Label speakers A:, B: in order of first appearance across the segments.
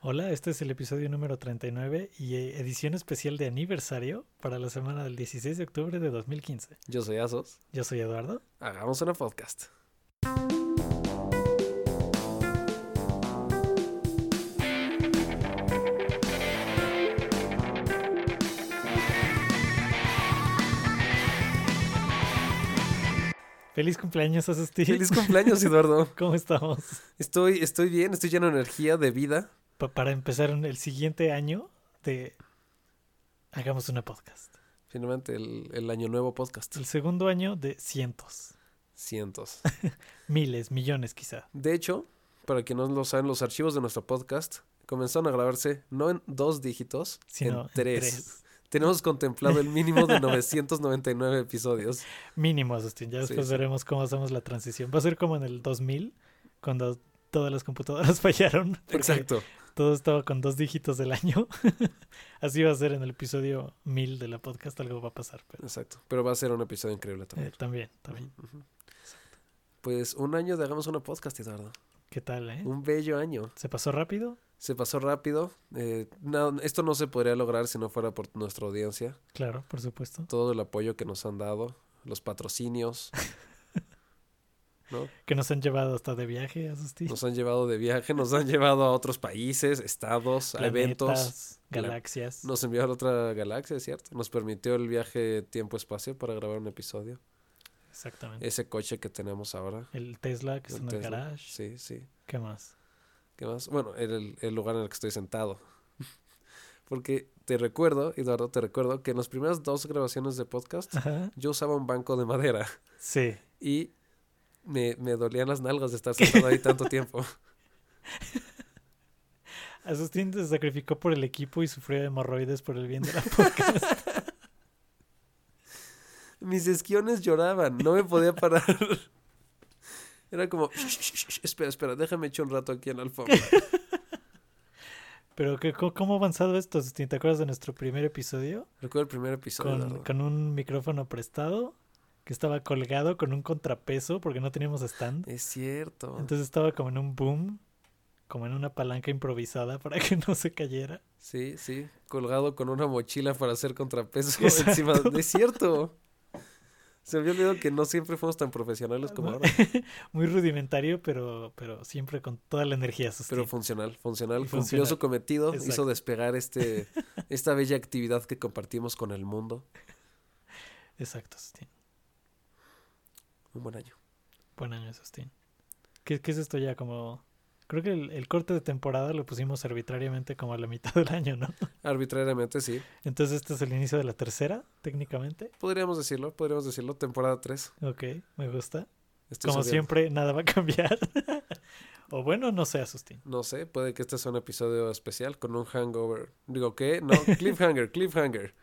A: Hola, este es el episodio número 39 y eh, edición especial de aniversario para la semana del 16 de octubre de 2015.
B: Yo soy Asos.
A: Yo soy Eduardo.
B: Hagamos una podcast.
A: Feliz cumpleaños, Asustín.
B: Feliz cumpleaños, Eduardo.
A: ¿Cómo estamos?
B: Estoy, estoy bien, estoy lleno de energía, de vida.
A: Pa- para empezar un- el siguiente año de Hagamos una podcast.
B: Finalmente, el, el año nuevo podcast.
A: El segundo año de cientos,
B: Cientos.
A: miles, millones quizá.
B: De hecho, para quienes no lo saben, los archivos de nuestro podcast comenzaron a grabarse no en dos dígitos,
A: Sino
B: en tres. Tenemos contemplado el mínimo de 999 episodios.
A: Mínimo, Asustín. Ya
B: Sí,
A: después
B: sí.
A: veremos cómo hacemos la transición. Va a ser como en el 2000, cuando todas las computadoras fallaron. porque
B: Exacto.
A: Todo estaba con dos dígitos del año. Así va a ser en el episodio 1000 de la podcast. Algo va a pasar. Pero,
B: Exacto. Pero va a ser un episodio increíble
A: eh,
B: también.
A: también, también.
B: Ujú, ujú. Pues un año de Hagamos una podcast, Eduardo.
A: ¿Qué tal, eh?
B: Un bello año.
A: ¿Se pasó rápido?
B: Se pasó rápido. eh, no, esto no se podría lograr si no fuera por nuestra audiencia.
A: Claro, por supuesto.
B: Todo el apoyo que nos han dado, los patrocinios. ¿no?
A: Que nos han llevado hasta de viaje, Asustín.
B: Nos han llevado de viaje, nos han llevado a otros países, estados, a eventos.
A: Planetas, Galaxias.
B: Nos enviaron a otra galaxia, es ¿cierto? Nos permitió el viaje tiempo-espacio para grabar un episodio.
A: Exactamente.
B: Ese coche que tenemos ahora.
A: El Tesla que está en el
B: Tesla.
A: garage.
B: Sí, sí.
A: ¿Qué más?
B: ¿Qué más? Bueno, era el, el lugar en el que estoy sentado. Porque te recuerdo, Eduardo, te recuerdo que en las primeras dos grabaciones de podcast
A: Ajá.
B: yo usaba un banco de madera
A: Sí.
B: y me, me dolían las nalgas de estar sentado ahí tanto tiempo.
A: Asustín se sacrificó por el equipo y sufrió hemorroides por el bien de la podcast.
B: Mis esquiones lloraban, no me podía parar. Era como, "Shh, shh, shh, shh, espera, espera, déjame echar un rato aquí en la alfombra.
A: Pero ¿qué- co- ¿cómo ha avanzado esto, Asustín? ¿Te acuerdas de nuestro primer episodio?
B: Recuerdo el primer episodio.
A: Con,
B: Eduardo.
A: con un micrófono prestado que estaba colgado con un contrapeso porque no teníamos stand.
B: Es cierto.
A: Entonces estaba como en un boom, como en una palanca improvisada para que no se cayera.
B: Sí, sí, colgado con una mochila para hacer contrapeso
A: Exacto.
B: encima. de- Es cierto. Se me había olvidado que no siempre fuimos tan profesionales como ahora,
A: Muy rudimentario, pero, pero siempre con toda la energía, Asustín.
B: pero funcional, funcional,
A: Y
B: cumplió
A: funcional.
B: su cometido,
A: Exacto.
B: hizo despegar este, esta bella actividad que compartimos con el mundo.
A: Exacto, Asustín.
B: Un buen año.
A: Buen año, Asustín. ¿Qué, qué es esto ya? Como... Creo que el, el corte de temporada lo pusimos arbitrariamente como a la mitad del año, ¿no?
B: Arbitrariamente, sí.
A: Entonces este es el inicio de la tercera, técnicamente.
B: Podríamos decirlo, podríamos decirlo, temporada 3.
A: Ok, me gusta. Como siempre, nada va a cambiar. o bueno, no sé, Asustín.
B: No sé, puede que este sea un episodio especial con un hangover. Digo, ¿qué? No, cliffhanger, cliffhanger.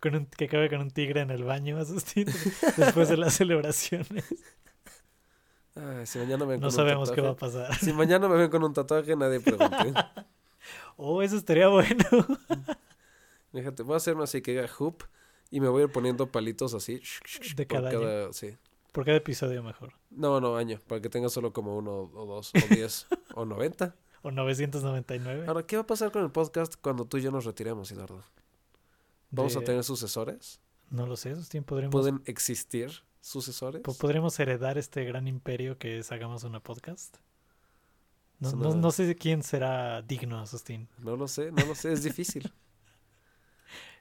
A: Con un- que acabe con un tigre en el baño, Asustín, después de las celebraciones.
B: Ay, si mañana me ven
A: No
B: con un
A: sabemos qué va a
B: tatuaje-
A: pasar.
B: Si mañana me ven con un tatuaje, nadie pregunte.
A: Oh, eso estaría bueno.
B: Fíjate, voy a hacerme así que haga hoop y me voy a ir poniendo palitos así. sh- sh- sh,
A: De
B: por
A: cada año.
B: sí.
A: Por cada episodio mejor.
B: No, no, año, para que tenga solo como uno o dos o diez o noventa.
A: O 999.
B: Ahora, ¿qué va a pasar con el podcast cuando tú y yo nos retiremos, Eduardo? ¿Vamos a
A: de-
B: tener sucesores?
A: No lo sé, Asustín. Podríamos,
B: ¿Pueden existir sucesores?
A: po- podríamos heredar este gran imperio que es Hagamos una Podcast. No,
B: Eso
A: no-
B: no-
A: no sé quién será digno, Asustín.
B: No lo sé, no lo sé, es difícil.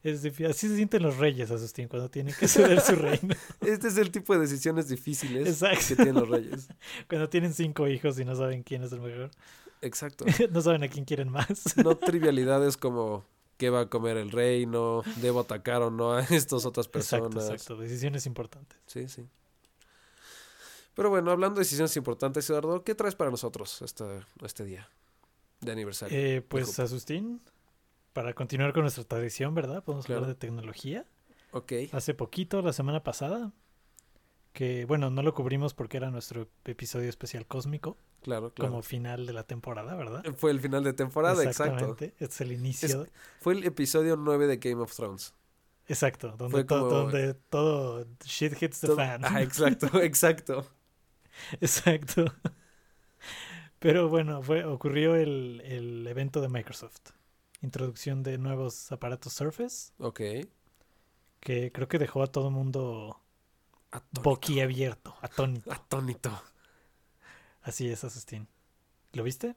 A: Es difí- Así se sienten los reyes, Asustín, cuando tienen que ceder su reino.
B: Este es el tipo de decisiones difíciles que
A: Exacto.
B: tienen los reyes.
A: Cuando tienen cinco hijos y no saben quién es el mejor.
B: Exacto.
A: no saben a quién quieren más.
B: No trivialidades como qué va a comer el rey, no, debo atacar o no a estas otras personas.
A: Exacto, exacto. Decisiones importantes.
B: Sí, sí. Pero bueno, hablando de decisiones importantes, Eduardo, ¿qué traes para nosotros este, este día de aniversario?
A: Eh, pues,
B: disculpa.
A: Asustín, para continuar con nuestra tradición, ¿verdad? Podemos
B: Claro.
A: hablar de tecnología.
B: ok,
A: Hace poquito, la semana pasada, que bueno, no lo cubrimos porque era nuestro episodio especial cósmico,
B: claro, claro.
A: como final de la temporada, ¿verdad?
B: Fue el final de temporada, exacto.
A: Exactamente. Es el inicio.
B: Fue el episodio 9 de Game of Thrones.
A: Exacto. Donde,
B: fue
A: to-
B: como-
A: donde todo shit
B: Ah,
A: hits the
B: Todo-
A: fan.
B: Ah, exacto, exacto.
A: Exacto. Pero bueno, fue, ocurrió el, el evento de Microsoft. Introducción de nuevos aparatos Surface,
B: Ok.
A: que creo que dejó a todo el mundo
B: Atónito.
A: boquiabierto, atónito.
B: Atónito.
A: Así es, Asustín. ¿Lo viste?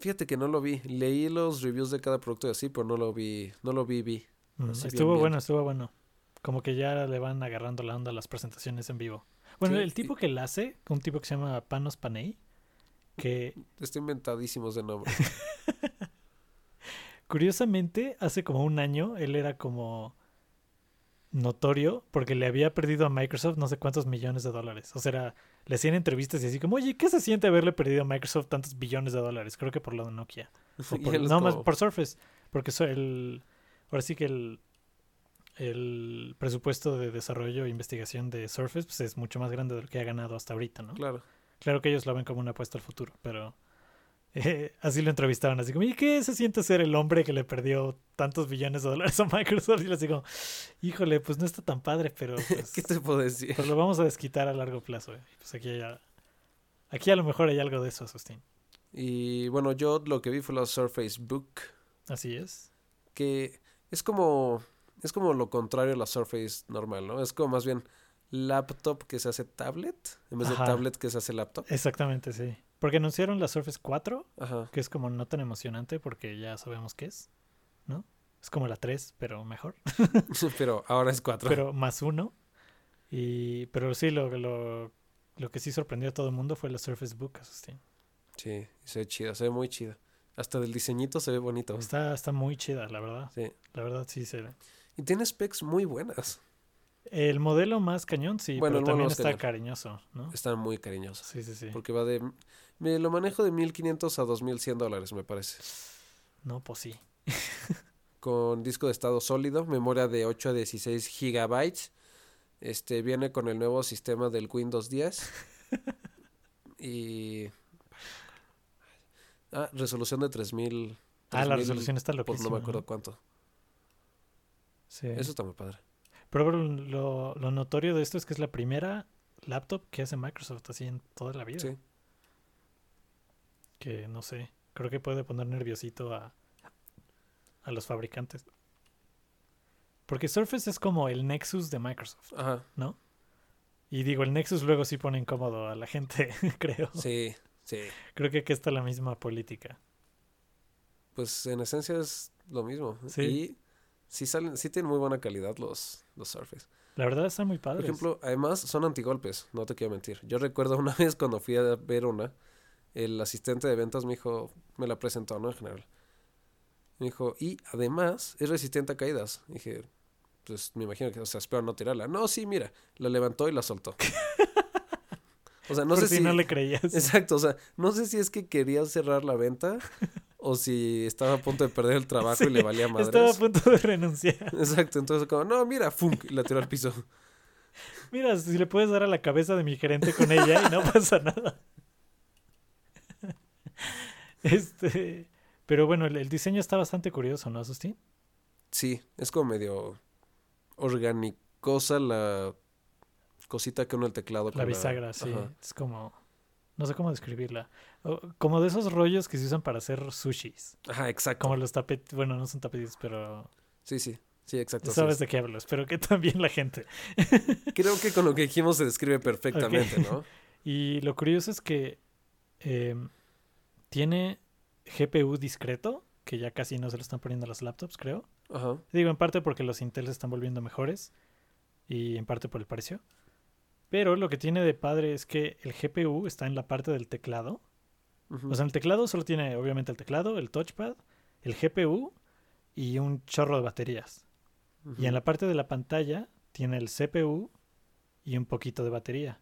B: Fíjate que no lo vi. Leí los reviews de cada producto y así, pero no lo vi. No lo vi, vi.
A: Mm,
B: Así bien,
A: estuvo
B: bien.
A: bueno, estuvo bueno. Como que ya le van agarrando la onda a las presentaciones en vivo. Bueno,
B: Sí,
A: el tipo que la hace, un tipo que se llama Panos Panay, que
B: Está inventadísimos de nombre.
A: curiosamente hace como un año él era como notorio porque le había perdido a Microsoft no sé cuántos millones de dólares. O sea, era- le hacían entrevistas y así como, oye, ¿qué se siente haberle perdido a Microsoft tantos billones de dólares? Creo que por lo de Nokia. O
B: Y
A: por-
B: él es
A: no, más
B: como,
A: por Surface. Porque eso el. Ahora sí que el. El presupuesto de desarrollo e investigación de Surface pues, es mucho más grande de lo que ha ganado hasta ahorita, ¿no?
B: Claro.
A: Claro que ellos lo ven como una apuesta al futuro, pero. eh, así lo entrevistaron, así como, ¿y qué se siente ser el hombre que le perdió tantos billones de dólares a Microsoft? Y les digo, híjole, pues no está tan padre, pero pues,
B: ¿Qué te puedo decir?
A: pues lo vamos a desquitar a largo plazo. eh". Pues aquí, hay a- aquí a lo mejor hay algo de eso, Asustín.
B: Y bueno, yo lo que vi fue la Surface Book,
A: Así es.
B: que es como, es como lo contrario a la Surface normal, ¿no? Es como más bien laptop que se hace tablet, en vez
A: Ajá.
B: de tablet que se hace laptop.
A: Exactamente, sí. Porque anunciaron la Surface 4,
B: Ajá.
A: que es como no tan emocionante porque ya sabemos qué es, ¿no? Es como la 3, pero mejor,
B: Pero ahora es cuatro.
A: pero más uno. Y, pero sí, lo, lo, lo que sí sorprendió a todo el mundo fue la Surface Book, Asustín.
B: Sí, se ve chida, se ve muy chida. Hasta del diseñito se ve bonito.
A: Está, está muy chida, la verdad.
B: Sí.
A: La verdad, sí se ve.
B: Y tiene specs muy buenas.
A: El modelo más cañón, sí,
B: Bueno, el
A: pero también
B: modelo más
A: está
B: cañón.
A: cariñoso, ¿no?
B: Están muy cariñosas.
A: Sí, sí, sí.
B: Porque va de... Me lo manejo de 1500 a 2100 dólares, me parece.
A: No, pues sí.
B: Con disco de estado sólido, memoria de 8 a 16 gigabytes. Este, viene con el nuevo sistema del Windows 10. y... Ah, resolución de 3000...
A: Ah, la
B: 3000
A: resolución está
B: Por
A: loquísima.
B: no me
A: ¿no?
B: acuerdo cuánto.
A: Sí.
B: Eso está muy padre.
A: Pero lo, lo notorio de esto es que es la primera laptop que hace Microsoft así en toda la vida.
B: Sí.
A: Que no sé, creo que puede poner nerviosito a, a los fabricantes. Porque Surface es como el Nexus de Microsoft.
B: Ajá.
A: Y digo, el Nexus luego sí pone incómodo a la gente, creo.
B: Sí, sí.
A: Creo que aquí está la misma política.
B: Pues en esencia es lo mismo.
A: Sí.
B: Y sí salen, sí tienen muy buena calidad los, los Surface.
A: La verdad están muy padres.
B: Por ejemplo, además son antigolpes, no te quiero mentir. Yo recuerdo una vez cuando fui a ver una, el asistente de ventas me dijo, me la presentó, ¿no? En general. Me dijo, y además es resistente a caídas. Y dije, pues me imagino que, o sea, espero no tirarla. No, sí, mira, la levantó y la soltó. O sea, no
A: Por
B: sé
A: si,
B: si...
A: no le creías.
B: Exacto, o sea, no sé si es que quería cerrar la venta o si estaba a punto de perder el trabajo y
A: Sí,
B: le valía madres.
A: Estaba a punto de renunciar.
B: Exacto, entonces como, no, mira, funk, y la tiró al piso.
A: Mira, si le puedes dar a la cabeza de mi gerente con ella y no pasa nada. Este, pero bueno, el, el diseño está bastante curioso, ¿no, Asustín?
B: Sí, es como medio organicosa la cosita que uno el teclado. con
A: La bisagra, sí.
B: Ajá.
A: Es como, no sé cómo describirla. O- Como de esos rollos que se usan para hacer sushis.
B: Ajá, exacto.
A: Como los tapetes, bueno, no son tapetes, pero
B: Sí, sí, sí, exacto.
A: ya
B: así
A: sabes
B: es.
A: de qué hablo. Espero que también la gente.
B: Creo que con lo que dijimos se describe perfectamente, ¿no?
A: Y lo curioso es que em, tiene GPU discreto, que ya casi no se lo están poniendo a las laptops, creo.
B: Ajá.
A: Digo, en parte porque los Intel se están volviendo mejores y en parte por el precio. Pero lo que tiene de padre es que el GPU está en la parte del teclado.
B: ujú.
A: O sea, el teclado solo tiene obviamente el teclado, el touchpad, el GPU y un chorro de baterías. Y en la parte de la pantalla tiene el CPU y un poquito de batería.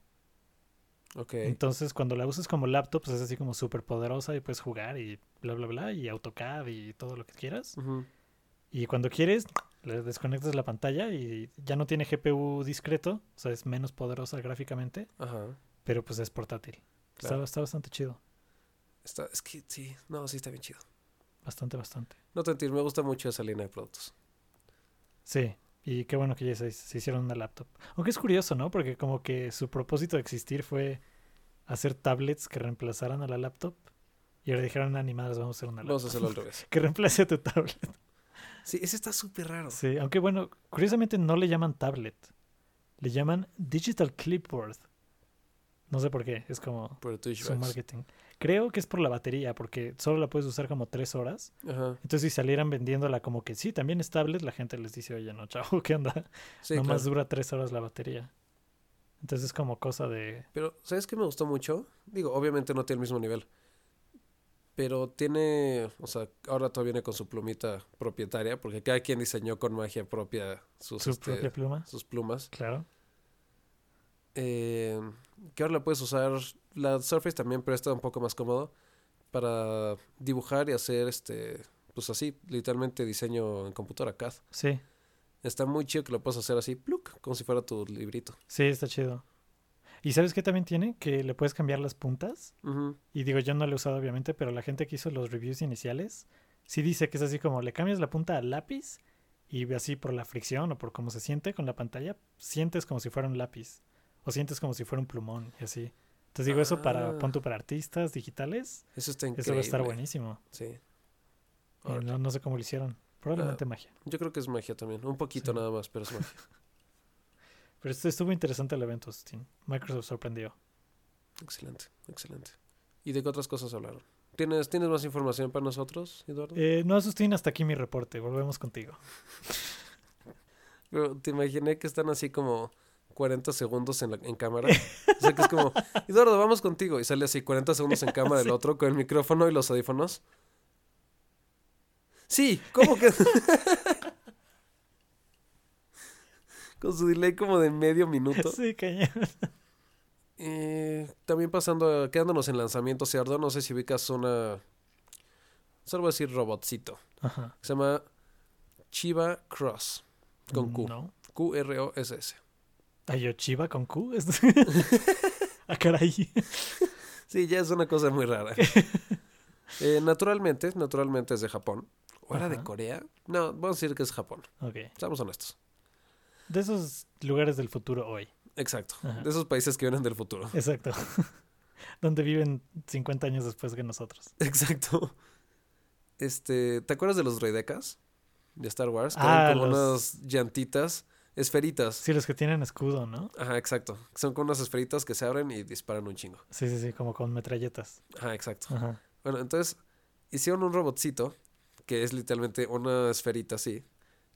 B: Ujú, Ok.
A: Entonces, cuando la usas como laptop, pues es así como súper poderosa y puedes jugar y bla, bla, bla, y AutoCAD y todo lo que quieras.
B: ujú,
A: Y cuando quieres, le desconectas la pantalla y ya no tiene GPU discreto, o sea, es menos poderosa gráficamente,
B: Ajá.
A: pero pues es portátil. Está-
B: Claro.
A: Está, bastante chido,
B: Está, es que sí, no, sí está bien chido.
A: bastante, bastante.
B: No te mentir, me gusta mucho esa línea de productos.
A: Sí, y qué bueno que ya se, se hicieron una laptop. Aunque es curioso, ¿no? Porque como que su propósito de existir fue hacer tablets que reemplazaran a la laptop Y ahora dijeron, animadas, vamos a hacer una
B: Vamos a
A: laptop".
B: hacerlo al revés.
A: Que reemplace a tu tablet.
B: Sí, ese está súper raro.
A: Sí, aunque bueno, curiosamente no le llaman tablet. Le llaman Digital Clipboard. No sé por qué, es como
B: Por el Twitch
A: su
B: Racks.
A: marketing. Creo que es por la batería, porque solo la puedes usar como tres horas.
B: Ajá.
A: Entonces, si salieran vendiéndola como que sí, también es tablet, la gente les dice, oye, no, chavo, ¿qué onda?
B: Sí,
A: Nomás
B: claro.
A: dura tres horas la batería. Entonces es como cosa de...
B: Pero, ¿sabes qué me gustó mucho? Digo, obviamente no tiene el mismo nivel. Pero tiene, o sea, ahora todo viene con su plumita propietaria, porque cada quien diseñó con magia propia sus,
A: Su
B: este,
A: propia pluma.
B: sus plumas.
A: Claro.
B: Eh, que ahora la puedes usar, la Surface también, pero está un poco más cómodo para dibujar y hacer, este, pues así, literalmente diseño en computadora CAD.
A: Sí,
B: Está muy chido que lo puedas hacer así, pluk, como si fuera tu librito.
A: sí, está chido. ¿Y sabes qué también tiene? Que le puedes cambiar las puntas.
B: Ujú.
A: Y digo, yo no lo he usado obviamente, pero la gente que hizo los reviews iniciales, sí dice que es así como le cambias la punta al lápiz y así por la fricción o por cómo se siente con la pantalla, sientes como si fuera un lápiz o sientes como si fuera un plumón y así. Entonces digo, eso
B: Ah.
A: para, pon tú para artistas digitales,
B: Eso está increíble.
A: eso va a estar buenísimo.
B: Sí.
A: Eh, No, no sé cómo lo hicieron.
B: Ah.
A: Probablemente magia.
B: Yo creo que es magia también. Un poquito
A: Sí.
B: nada más, pero es magia.
A: Pero esto estuvo interesante el evento, Steam. Microsoft sorprendió.
B: excelente, excelente. ¿Y de qué otras cosas hablaron? ¿Tienes, ¿tienes más información para nosotros, Eduardo?
A: Eh, no, Sustin, hasta aquí mi reporte. Volvemos contigo.
B: Pero te imaginé que están así como 40 segundos en, la, en cámara. O sea que es como, Eduardo, vamos contigo. Y sale así 40 segundos en cámara el otro con el micrófono y los audífonos. Sí, ¿cómo que? con su delay como de medio minuto.
A: Sí, cañón.
B: Eh, también pasando, a- quedándonos en lanzamientos, Eduardo, no sé si ubicas una... Solo voy a decir robotcito.
A: Ajá.
B: Se llama Chiva Cross. Con Q.
A: Mm, No.
B: Q-R-O-S-S.
A: Ay, yo, Chiva con Q. Es- ah, caray.
B: Sí, ya es una cosa muy rara. Eh, naturalmente, naturalmente es de Japón. ¿O era de
A: Ajá.
B: Corea? No, vamos a decir que es Japón.
A: Ok.
B: Seamos honestos.
A: De esos lugares del futuro hoy.
B: Exacto.
A: Ajá.
B: De esos países que vienen del futuro.
A: Exacto. Donde viven 50 años después que nosotros.
B: Exacto. Este, ¿te acuerdas de los droidecas? De Star Wars. Que
A: Ah,
B: eran como
A: los-
B: unas llantitas, esferitas.
A: Sí, los que tienen escudo, ¿no?
B: Ajá, exacto. Son con unas esferitas que se abren y disparan un chingo.
A: Sí, sí, sí, como con metralletas.
B: Ajá, exacto.
A: Ajá.
B: Bueno, entonces hicieron un robotcito que es literalmente una esferita así.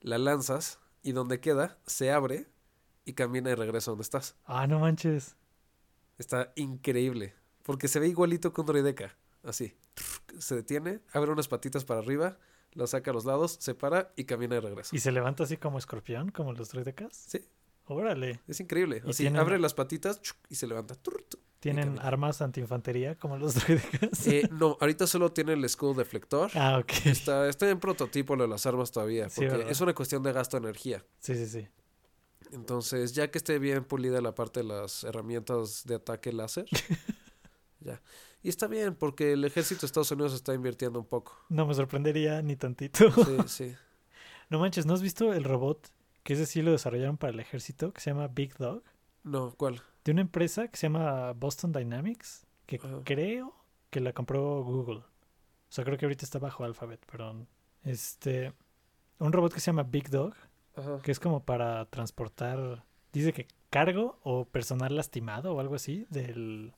B: La lanzas y donde queda se abre y camina de regreso a donde estás.
A: Ah, no manches.
B: Está increíble. Porque se ve igualito que un droideca. Así. Se detiene, abre unas patitas para arriba, la saca a los lados, se para y camina de regreso.
A: Y se levanta así como escorpión, como los droidecas.
B: Sí,
A: Órale.
B: es increíble.
A: Y
B: Así,
A: tienen-
B: abre las patitas chuc, y se levanta.
A: ¿Tienen
B: camina.
A: armas antiinfantería como los droidecas?
B: Eh, no, ahorita solo tiene el escudo deflector.
A: Ah, ok.
B: Está, está en prototipo lo de las armas todavía,
A: Sí,
B: porque
A: ¿verdad?
B: es una cuestión de gasto de energía.
A: Sí, sí, sí.
B: Entonces, ya que esté bien pulida la parte de las herramientas de ataque láser, ya. Y está bien, porque el ejército de Estados Unidos está invirtiendo un poco.
A: No me sorprendería ni tantito.
B: Sí, sí.
A: No manches, ¿no has visto el robot que ese sí lo desarrollaron para el ejército que se llama Big Dog?
B: No, ¿cuál?
A: De una empresa que se llama Boston Dynamics, que
B: Ajá.
A: creo que la compró Google. O sea, creo que ahorita está bajo Alphabet, perdón. Este, un robot que se llama Big Dog,
B: Ajá.
A: que es como para transportar, dice que cargo o personal lastimado o algo así del,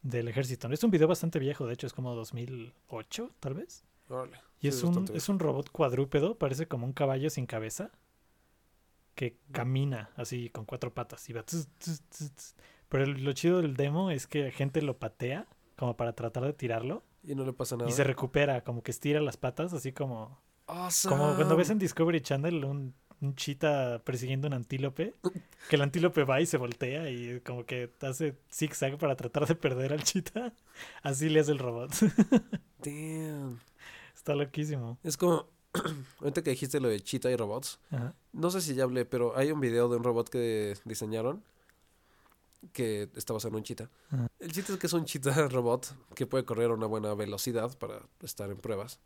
A: del ejército. Es un video bastante viejo, de hecho es como 2008, tal vez.
B: Órale.
A: Y
B: Sí,
A: es, un,
B: bastante
A: es un robot cuadrúpedo, parece como un caballo sin cabeza, que camina así con cuatro patas y va... tss, tss, tss, tss. Pero el- lo chido del demo es que la gente lo patea como para tratar de tirarlo
B: bien. Y no le pasa nada.
A: y se recupera, como que estira las patas, así como...
B: Awesome.
A: Como cuando ves en Discovery Channel un, un chita persiguiendo un antílope, que el antílope va y se voltea y como que hace zigzag para tratar de perder al chita. Así le hace el robot.
B: Damn.
A: Está loquísimo.
B: Es como... Ahorita que dijiste lo de Cheetah y robots,
A: Ajá.
B: No sé si ya hablé, pero hay un video de un robot que diseñaron que está basado en un chita.
A: Ajá.
B: El chiste es que es un chita robot que puede correr a una buena velocidad para estar en pruebas.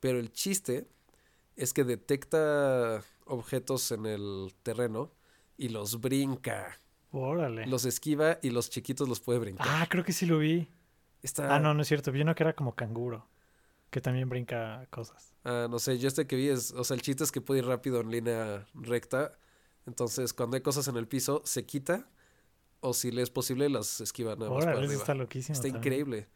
B: Pero el chiste es que detecta objetos en el terreno y los brinca.
A: Órale. Eh.
B: Los esquiva y los chiquitos los puede brincar.
A: Ah, creo que sí lo vi.
B: Está,
A: Ah, no, no es cierto. Vi uno que era como canguro, que también brinca cosas.
B: Ah, no sé, yo este que vi es, o sea, el chiste es que puede ir rápido en línea recta. Entonces, cuando hay cosas en el piso, se quita. O si le es posible, las esquiva nada más para
A: Órale, eso
B: arriba.
A: está loquísimo.
B: Está
A: también.
B: increíble.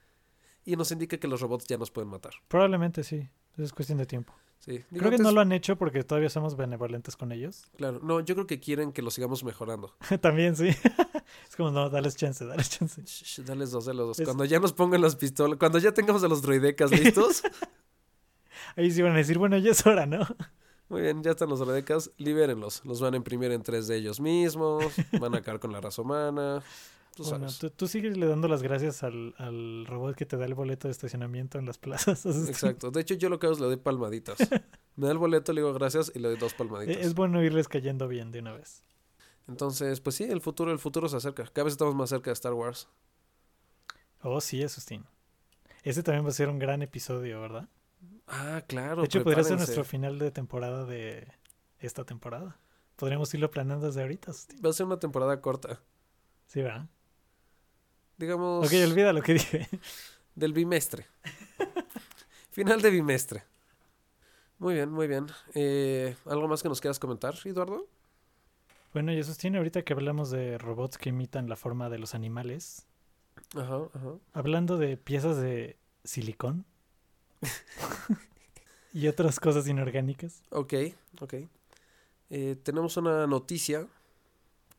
B: Y nos indica que los robots ya nos pueden matar.
A: Probablemente sí. Es cuestión de tiempo.
B: Sí. Digo,
A: Creo que no
B: antes-
A: lo han hecho porque todavía somos benevolentes con ellos.
B: Claro, no, yo creo que quieren que lo sigamos mejorando.
A: También sí. es como, no, dales chance, dales chance.
B: Shh, shh, dales dos, dales dos.
A: Es-
B: Cuando ya nos pongan las pistolas, cuando ya tengamos a los droidecas listos.
A: Ahí sí van a decir, bueno, ya es hora, ¿no?
B: muy bien, ya están los droidecas, libérenlos. Los van a imprimir en tres de ellos mismos. Van a acabar con la raza humana. Tú
A: Bueno,
B: sabes.
A: tú, tú sigues le dando las gracias al, al robot que te da el boleto de estacionamiento en las plazas. Haces tú-
B: Exacto. De hecho, yo lo que hago es le doy palmaditas. Me da el boleto, le digo gracias y le doy dos
A: E-
B: palmaditas.
A: Es bueno irles cayendo bien de una vez.
B: Entonces, pues sí, el futuro, el futuro se acerca. Cada vez estamos más cerca de Star Wars.
A: Oh, sí, Asustín. Ese también va a ser un gran episodio, ¿verdad?
B: Ah, claro.
A: De hecho, podría ser
B: prepárense.
A: nuestro final de temporada de esta temporada. Podríamos irlo planeando desde ahorita, Asustín.
B: Va a ser una temporada corta.
A: Sí, ¿verdad?
B: Digamos,
A: Ok, olvida lo que dije.
B: del bimestre. Final de bimestre. Muy bien, muy bien. Eh, ¿Algo más que nos quieras comentar, Eduardo?
A: Bueno, y Asustín, ahorita que hablamos de robots que imitan la forma de los animales,
B: Ajá, ajá.
A: hablando de piezas de silicón y otras cosas inorgánicas.
B: Ok, ok. Eh, tenemos una noticia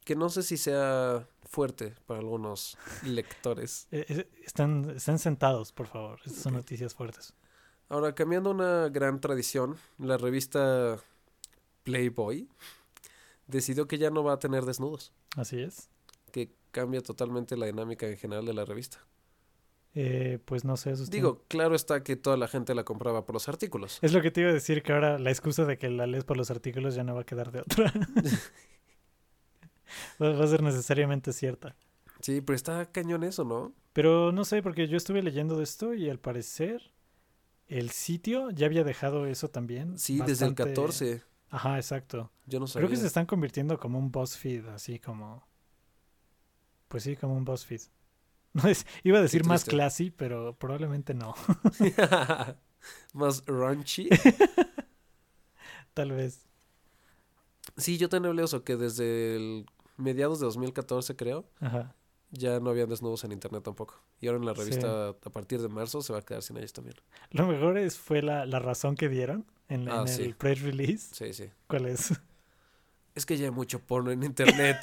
B: que no sé si sea fuerte para algunos lectores.
A: Eh, eh, están, están sentados, por favor. Estas son
B: Ok.
A: noticias fuertes.
B: Ahora, cambiando una gran tradición, la revista Playboy decidió que ya no va a tener desnudos,
A: Así es.
B: que cambia totalmente la dinámica en general de la revista.
A: Eh, pues no sé, Asustín.
B: Digo, claro está que toda la gente la compraba por los artículos.
A: Es lo que te iba a decir, que ahora la excusa de que la lees por los artículos ya no va a quedar de otra. va va a ser necesariamente cierta.
B: Sí, pero está cañón eso, ¿no?
A: Pero no sé, porque yo estuve leyendo de esto y al parecer el sitio ya había dejado eso también.
B: Sí, desde el
A: bastante-
B: 14,
A: Ajá, exacto.
B: yo no sabía.
A: Creo que se están convirtiendo como un BuzzFeed, así como... Pues sí, como un BuzzFeed. No es, iba a decir más
B: triste.
A: classy, pero probablemente no,
B: Más raunchy.
A: tal vez.
B: Sí, yo también leo eso, que desde el mediados de 2014, creo,
A: Ajá.
B: ya no habían desnudos en internet tampoco. Y ahora en la
A: Sí.
B: revista, a partir de marzo, se va a quedar sin ellos también.
A: Lo mejor es, fue la, la razón que dieron en, la-
B: Ah,
A: en
B: sí.
A: el press release.
B: Sí, sí.
A: ¿Cuál es?
B: Es que ya hay mucho porno en internet.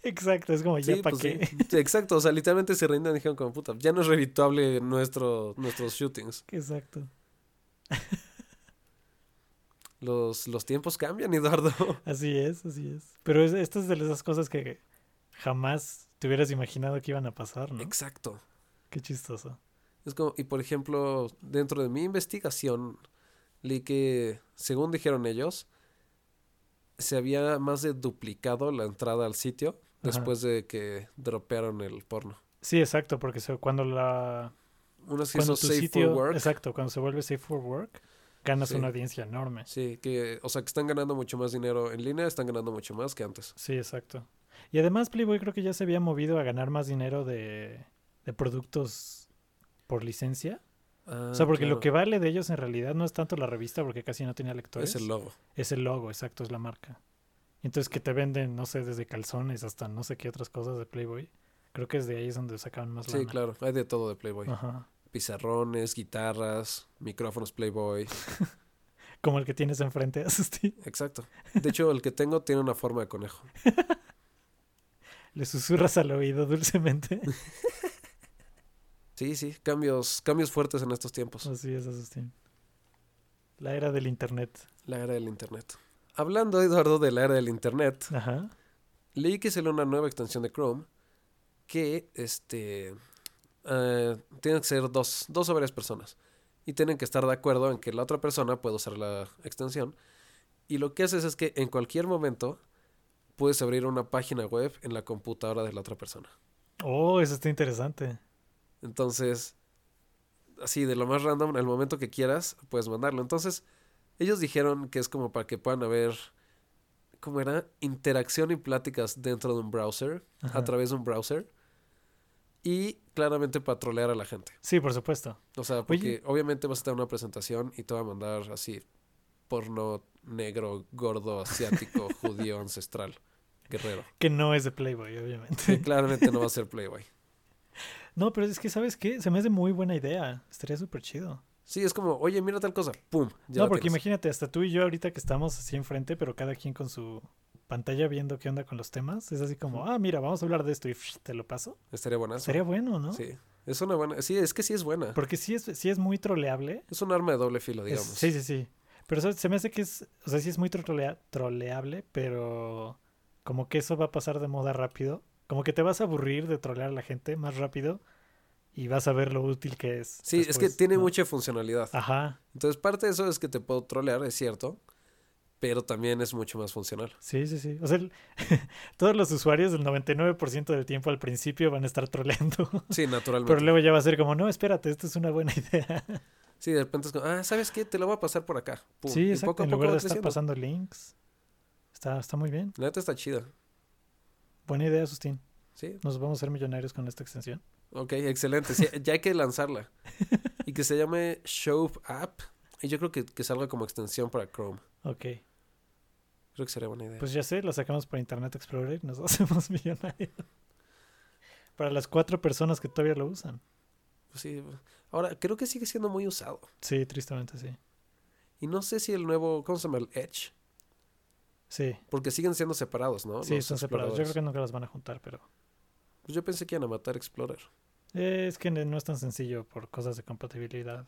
A: Exacto, es como
B: sí,
A: ya para
B: pues
A: qué.
B: sí. Sí, Exacto, o sea, literalmente se rindan y dijeron como puta, ya no es redituable nuestro, nuestros shootings.
A: Exacto.
B: Los, los tiempos cambian, Eduardo.
A: Así es, así es. Pero es, estas de esas cosas que jamás te hubieras imaginado que iban a pasar, ¿no?
B: Exacto.
A: Qué chistoso.
B: Es como, y por ejemplo, dentro de mi investigación, leí que, según dijeron ellos, se había más de duplicado la entrada al sitio después de que dropearon el porno.
A: Sí, exacto, porque se- cuando la
B: Unos que
A: cuando
B: hizo
A: tu
B: Safe for
A: sitio,
B: Work.
A: exacto, cuando se vuelve safe for work, ganas
B: Sí.
A: una audiencia enorme.
B: Sí, que, o sea, que están ganando mucho más dinero en línea, están ganando mucho más que antes.
A: Sí, exacto. Y además Playboy creo que ya se había movido a ganar más dinero de, de productos por licencia.
B: Ah,
A: O sea, porque lo
B: claro.
A: que vale de ellos en realidad no es tanto la revista, porque casi no tenía lectores.
B: es el logo.
A: es el logo, exacto, es la marca. Entonces que te venden, no sé, desde calzones hasta no sé qué otras cosas de Playboy. Creo que desde ahí es Ah. donde sacaban más
B: Sí,
A: lana.
B: claro, hay de todo de Playboy.
A: Ajá.
B: Pizarrones, guitarras, micrófonos Playboy.
A: Como el que tienes enfrente, Asustín.
B: Exacto. De hecho, el que tengo tiene una forma de conejo.
A: Le susurras al oído dulcemente.
B: Sí, sí, cambios, cambios fuertes en estos tiempos.
A: Así es, Asustín. La era del internet.
B: La era del internet. Hablando, Eduardo, de la era del internet,
A: Ajá.
B: leí que salió una nueva extensión de Chrome que este eh, tienen que ser dos, dos o varias personas y tienen que estar de acuerdo en que la otra persona puede usar la extensión y lo que haces es que en cualquier momento puedes abrir una página web en la computadora de la otra persona.
A: Oh, eso está interesante.
B: Entonces, así de lo más random, al momento que quieras, puedes mandarlo. Entonces, ellos dijeron que es como para que puedan haber, ¿cómo era? Interacción y pláticas dentro de un browser,
A: Ajá.
B: a través de un browser. Y claramente para trolear a la gente.
A: Sí, por supuesto.
B: O sea, porque obviamente vas a tener una presentación y te va a mandar así porno negro, gordo, asiático, judío, ancestral, guerrero.
A: Que no es de Playboy, obviamente.
B: Que claramente no va a ser Playboy.
A: No, pero es que, ¿sabes qué? Se me hace muy buena idea. Estaría súper chido.
B: Sí, es como, oye, mira tal cosa, pum. ya
A: no,
B: la
A: porque
B: tienes.
A: imagínate, hasta tú y yo ahorita que estamos así enfrente, pero cada quien con su pantalla viendo qué onda con los temas, es así como, ah, mira, vamos a hablar de esto y psh, te lo paso.
B: Estaría buena.
A: Sería bueno, ¿no?
B: Sí, es una buena. Sí, es que sí es buena.
A: Porque sí es, sí es muy troleable.
B: Es un arma de doble filo,
A: Es-
B: digamos.
A: sí, sí, sí. Pero ¿sabes? se me hace que es, o sea, sí es muy trolea- troleable, pero como que eso va a pasar de moda rápido. Como que te vas a aburrir de trolear a la gente más rápido y vas a ver lo útil que es.
B: Sí, es que
A: después,
B: tiene
A: ¿no? Ah.
B: mucha funcionalidad.
A: Ajá,
B: Entonces, parte de eso es que te puedo trolear, es cierto, pero también es mucho más funcional.
A: sí, sí, sí. O sea, el- todos los usuarios el 99% del tiempo al principio van a estar troleando.
B: Sí, naturalmente.
A: Pero luego ya va a ser como, no, espérate, esto es una buena idea.
B: Sí, de repente es como, ah, ¿sabes qué? Te lo voy a pasar por acá. Pum.
A: sí,
B: Y
A: exacto.
B: poco a
A: en
B: poco
A: lugar
B: va
A: de estar
B: creciendo.
A: pasando links. Está, está muy bien.
B: La neta está chida.
A: Buena idea, Sustín.
B: Sí,
A: Nos vamos a ser millonarios con esta extensión.
B: ok, excelente. Sí, ya hay que lanzarla. Y que se llame Show App. Y yo creo que, que salga como extensión para Chrome.
A: Ok.
B: Creo que sería buena idea.
A: Pues ya sé, la sacamos por Internet Explorer y nos hacemos millonarios. Para las cuatro personas que todavía lo usan.
B: Pues sí. Ahora, creo que sigue siendo muy usado.
A: Sí, tristemente sí.
B: Y no sé si el nuevo, ¿cómo se llama? El Edge.
A: Sí,
B: Porque siguen siendo separados, ¿no?
A: sí,
B: Los
A: están separados. Yo
B: exploradores.
A: creo que nunca las van a juntar, pero...
B: Pues yo pensé que iban a matar Explorer.
A: eh, es que no es tan sencillo por cosas de compatibilidad.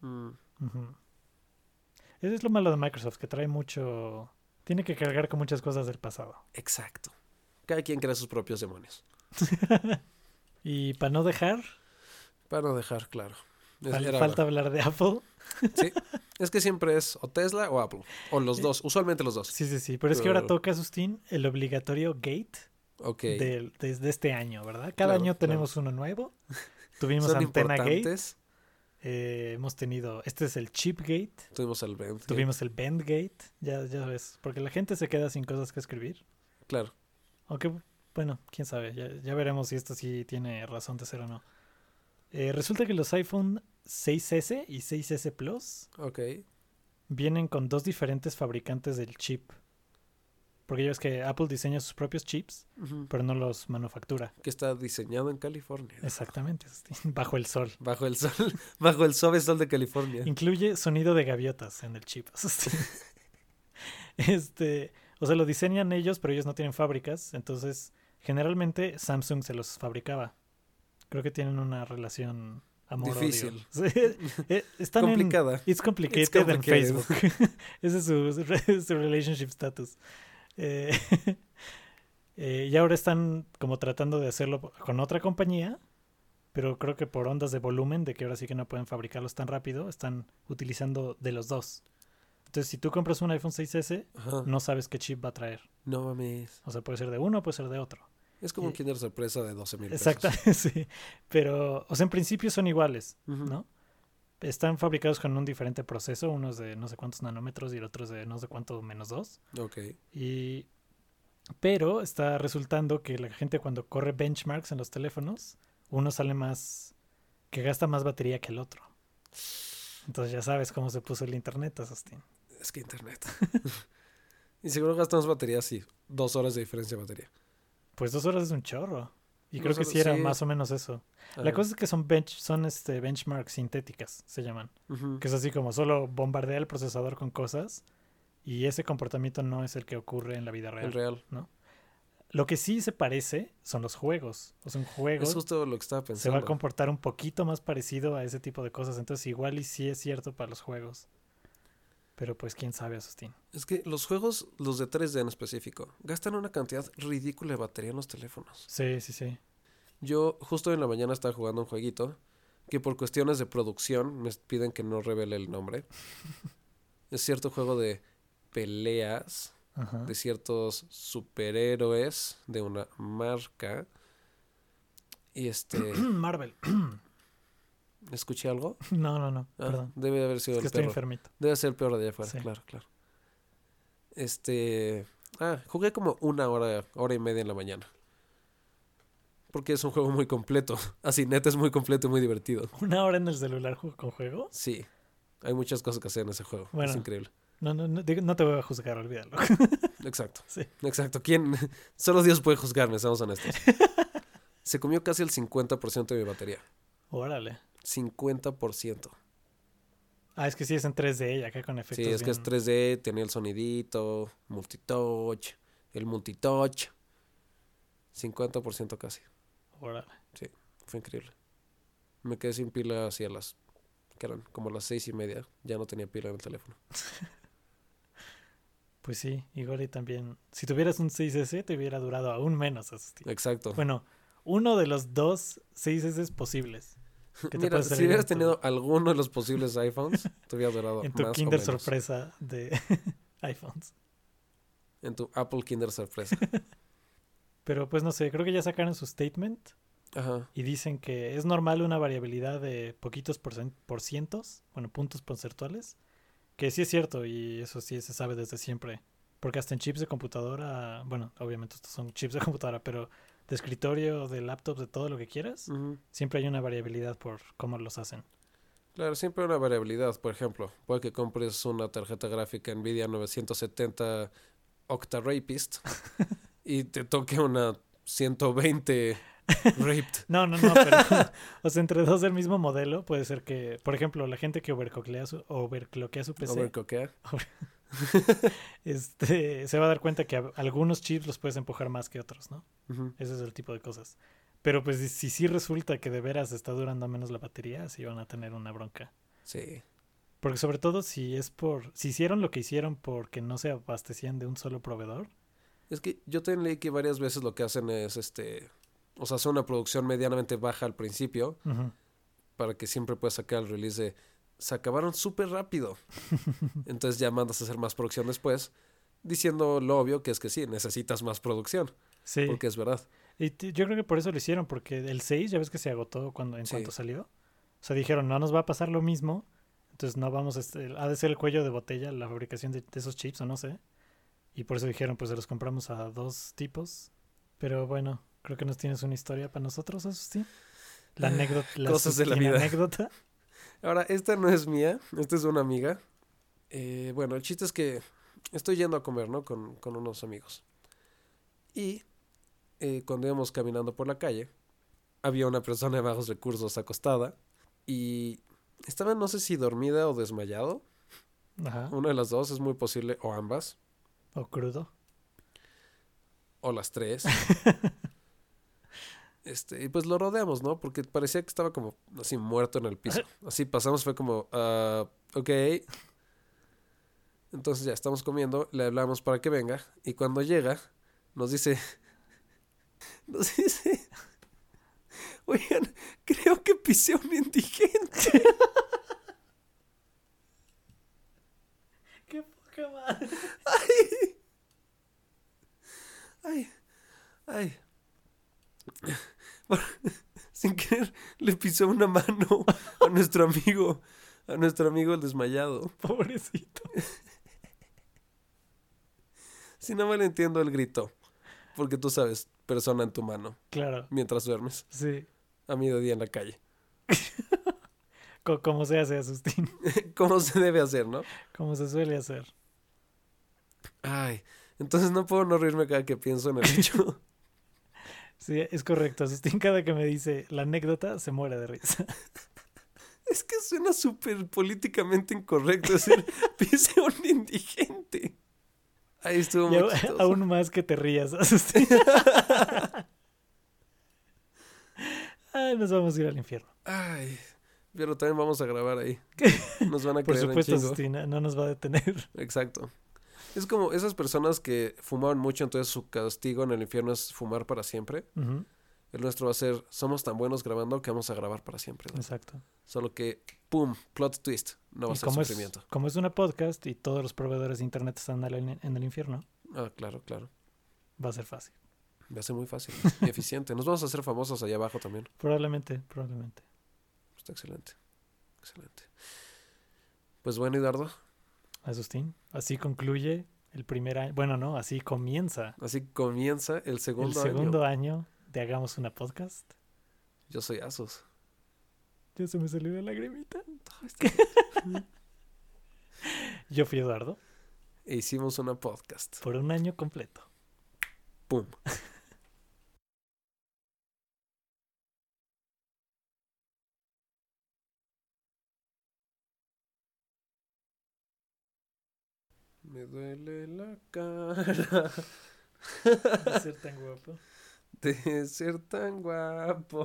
B: Mm,
A: Ujú. Eso es lo malo de Microsoft, que trae mucho... Tiene que cargar con muchas cosas del pasado.
B: exacto. Cada quien crea sus propios demonios.
A: Y para no dejar,
B: Para no dejar claro. Es,
A: fal-
B: era-
A: falta hablar de Apple.
B: sí. Es que siempre es o Tesla o Apple. O los
A: Eh,
B: dos. Usualmente los dos.
A: Sí, sí, sí. Pero es que ahora
B: Claro.
A: toca, Sustín, el obligatorio Gate.
B: Ok.
A: del- desde este año, ¿verdad? Cada
B: Claro,
A: año
B: claro.
A: tenemos uno nuevo. Tuvimos
B: Son
A: Antena Gate,
B: importantes.
A: eh, hemos tenido, este es el Chip Gate,
B: Tuvimos al Bend.
A: tuvimos el Bend Gate, ya, ya ves, porque la gente se queda sin cosas que escribir.
B: Claro.
A: Aunque, bueno, quién sabe, ya, ya veremos si esto sí tiene razón de ser o no. Eh, resulta que los iPhone 6S y 6S Plus
B: Ok.
A: vienen con dos diferentes fabricantes del chip. Porque ya ves que Apple diseña sus propios chips,
B: Ujú.
A: pero no los manufactura.
B: Que está diseñado en California.
A: Exactamente, Justin, bajo el sol.
B: Bajo el sol. bajo el suave sol de California.
A: Incluye sonido de gaviotas en el chip. este, o sea, lo diseñan ellos, pero ellos no tienen fábricas. Entonces, generalmente Samsung se los fabricaba. Creo que tienen una relación amor-odio.
B: Difícil.
A: Sí, eh, están en-
B: Complicada.
A: it's complicated,
B: It's complicated.
A: en Facebook. Ese es su, su re- su relationship status. Eh, eh, y ahora están como tratando de hacerlo con otra compañía, pero creo que por ondas de volumen, de que ahora sí que no pueden fabricarlos tan rápido, están utilizando de los dos. Entonces, si tú compras un iPhone 6S,
B: Ajá.
A: no sabes qué chip va a traer.
B: No mames.
A: O sea, puede ser de uno, puede ser de otro.
B: Es como
A: Y-
B: un Kinder sorpresa de 12 mil pesos.
A: Exactamente, sí. Pero, o sea, en principio son iguales.
B: Ujú.
A: ¿no? Están fabricados con un diferente proceso, unos de no sé cuántos nanómetros y el otro es de no sé cuánto menos dos.
B: Ok.
A: Y... Pero está resultando que la gente cuando corre benchmarks en los teléfonos, uno sale más, que gasta más batería que el otro. Entonces ya sabes cómo se puso el internet, Asustín.
B: Es que internet. y seguro gastamos batería, sí. Dos horas de diferencia de batería.
A: Pues dos horas es un chorro. Y
B: Dos
A: creo que
B: horas,
A: sí era
B: sí.
A: más o menos eso.
B: Ah,
A: La cosa es que son bench, son este benchmarks sintéticas, se llaman.
B: ujú.
A: que es así como solo bombardea el procesador con cosas y ese comportamiento no es el que ocurre en la vida real.
B: En real.
A: Lo que sí se parece son los juegos. O sea, un juego
B: Es justo lo que estaba
A: se va
B: pensando.
A: a comportar un poquito más parecido a ese tipo de cosas, entonces igual y sí es cierto para los juegos. Pero pues quién sabe, Asustín.
B: Es que los juegos, los de 3D en específico, gastan una cantidad ridícula de batería en los teléfonos.
A: Sí, sí, sí.
B: Yo justo en la mañana estaba jugando un jueguito que por cuestiones de producción me piden que no revele el nombre. es cierto juego de peleas
A: Ajá.
B: de ciertos superhéroes de una marca. Y este,
A: Marvel.
B: ¿escuché algo?
A: No, no, no.
B: Ah,
A: Perdón.
B: debe haber sido
A: Es que
B: el
A: estoy
B: perro.
A: enfermito.
B: Debe ser el peor de allá afuera,
A: Sí.
B: claro, claro. Este. Ah, jugué como una hora, hora y media en la mañana. porque es un juego muy completo. Así, neta, es muy completo y muy divertido.
A: ¿Una hora en el celular ju- con juegos?
B: Sí, hay muchas cosas que hacer en ese juego.
A: Bueno.
B: Es increíble.
A: No, no, no, digo, no te voy a juzgar, olvídalo.
B: Exacto.
A: Sí.
B: Exacto. ¿Quién? Solo Dios puede juzgarme, seamos honestos. Se comió casi el 50% de mi batería.
A: Órale.
B: 50%.
A: Ah, es que sí es en 3D y acá con efectos.
B: Sí, es que es
A: bien-
B: 3D, tenía el sonidito, multitouch, el multitouch. 50% casi.
A: Órale.
B: Fue increíble. Me quedé sin pila hacia las. que eran como las seis y media. Ya no tenía pila en el teléfono.
A: Pues sí, igual y también. Si tuvieras un 6S, te hubiera durado aún menos. esos tiempos.
B: Exacto.
A: Bueno, uno de los dos 6S posibles. que te
B: Mira,
A: puedes
B: si
A: salir
B: hubieras
A: en tu-
B: tenido alguno de los posibles iPhones, te hubiera durado
A: En tu
B: más o
A: Kinder
B: menos.
A: sorpresa de iPhones.
B: En tu Apple Kinder Sorpresa.
A: Pero pues no sé, creo que ya sacaron su statement
B: Ajá.
A: y dicen que es normal una variabilidad de poquitos porcen- por cientos, bueno, puntos porcentuales, que sí es cierto y eso sí se sabe desde siempre. Porque hasta en chips de computadora, bueno, obviamente estos son chips de computadora, pero de escritorio, de laptop, de todo lo que quieras,
B: Ujú.
A: siempre hay una variabilidad por cómo los hacen.
B: Claro, siempre hay una variabilidad. Por ejemplo, puede que compres una tarjeta gráfica NVIDIA 970 Octa Rapist y te toque una 120 Raped.
A: No, no, no, pero. o sea, entre dos del mismo modelo, puede ser que, por ejemplo, la gente que overcloquea su, overcloquea su PC,
B: Overcloquear.
A: este, se va a dar cuenta que a- algunos chips los puedes empujar más que otros, ¿no?
B: Ujú.
A: Ese es el tipo de cosas. Pero pues si sí resulta que de veras está durando menos la batería, sí van a tener una bronca.
B: Sí.
A: Porque sobre todo si es por, si hicieron lo que hicieron porque no se abastecían de un solo proveedor.
B: Es que yo también leí que varias veces lo que hacen es este. O sea, hacer una producción medianamente baja al principio
A: Ujú.
B: para que siempre puedas sacar el release de. Se acabaron súper rápido. Entonces ya mandas a hacer más producción después, diciendo lo obvio que es que sí, necesitas más producción,
A: Sí.
B: porque es verdad.
A: Y t- yo creo que por eso lo hicieron, porque el 6 ya ves que se agotó cuando, en
B: Sí.
A: cuanto salió. O sea, dijeron, no nos va a pasar lo mismo, entonces no vamos, a, este- ha de ser el cuello de botella la fabricación de, de esos chips o no sé. Y por eso dijeron, pues se los compramos a dos tipos. Pero bueno, creo que nos tienes una historia para nosotros, Asustín. La anécdota. La
B: Ah, Cosas de la
A: Asustín
B: vida.
A: anécdota.
B: Ahora, esta no es mía, esta es de una amiga. Eh, bueno, el chiste es que estoy yendo a comer, ¿no? Con, con unos amigos. Y eh, cuando íbamos caminando por la calle, había una persona de bajos recursos acostada y estaba, no sé si dormida o desmayado,
A: Ajá.
B: una de las dos, es muy posible, o ambas,
A: O crudo.
B: o las tres. Este, y pues lo rodeamos, ¿no? Porque parecía que estaba como así muerto en el piso. Así pasamos, fue como, ah, ok. Entonces ya estamos comiendo, le hablamos para que venga. Y cuando llega, nos dice, nos dice, oigan, creo que pisé a un indigente.
A: Qué poca madre.
B: Ay, ay, ay. Bueno, Sin querer le pisó una mano a nuestro amigo, a nuestro amigo el desmayado.
A: Pobrecito.
B: Si no mal entiendo, él gritó. Porque tú sabes, persona en tu mano,
A: Claro,
B: mientras duermes,
A: sí.
B: a mediodía en la calle.
A: Co- como se hace, Asustín.
B: ¿Cómo se debe hacer, no?
A: Como se suele hacer.
B: Ay, entonces no puedo no reírme cada que pienso en el hecho.
A: Sí, es correcto. Asustín cada que me dice la anécdota se muere de risa.
B: Es que suena súper políticamente incorrecto decir pise a un indigente. Ahí estuvo
A: Y
B: muy
A: au-
B: chistoso.
A: aún más que te rías, Asustín. Ay, Ah, nos vamos a ir al infierno.
B: Ay, pero también vamos a grabar ahí. Nos van a
A: Por
B: creer un
A: supuesto,
B: chingo.
A: Asustín, no nos va a detener.
B: Exacto. Es como esas personas que fumaban mucho, entonces su castigo en el infierno es fumar para siempre.
A: Ujú,
B: El nuestro va a ser, somos tan buenos grabando que vamos a grabar para siempre. ¿no?
A: Exacto.
B: Solo que, ¡pum! Plot twist. No va
A: Y
B: a ser
A: como es,
B: sufrimiento.
A: como es una podcast y todos los proveedores de internet están en, en el infierno,
B: Ah, claro, claro.
A: va a ser fácil.
B: Va a ser muy fácil y eficiente. Nos vamos a hacer famosos allá abajo también.
A: Probablemente, probablemente.
B: Está excelente. Excelente. Pues bueno, Eduardo,
A: Asustín, así concluye el primer año. Bueno, no, así comienza
B: así comienza el segundo,
A: el segundo
B: año
A: año de Hagamos una Podcast.
B: Yo soy Asus.
A: Ya se me salió la lagrimita.
B: Ay, está bien.
A: Yo fui Eduardo
B: E hicimos una podcast.
A: por un año completo.
B: ¡Pum! Me duele la cara
A: De ser tan guapo.
B: de ser tan guapo.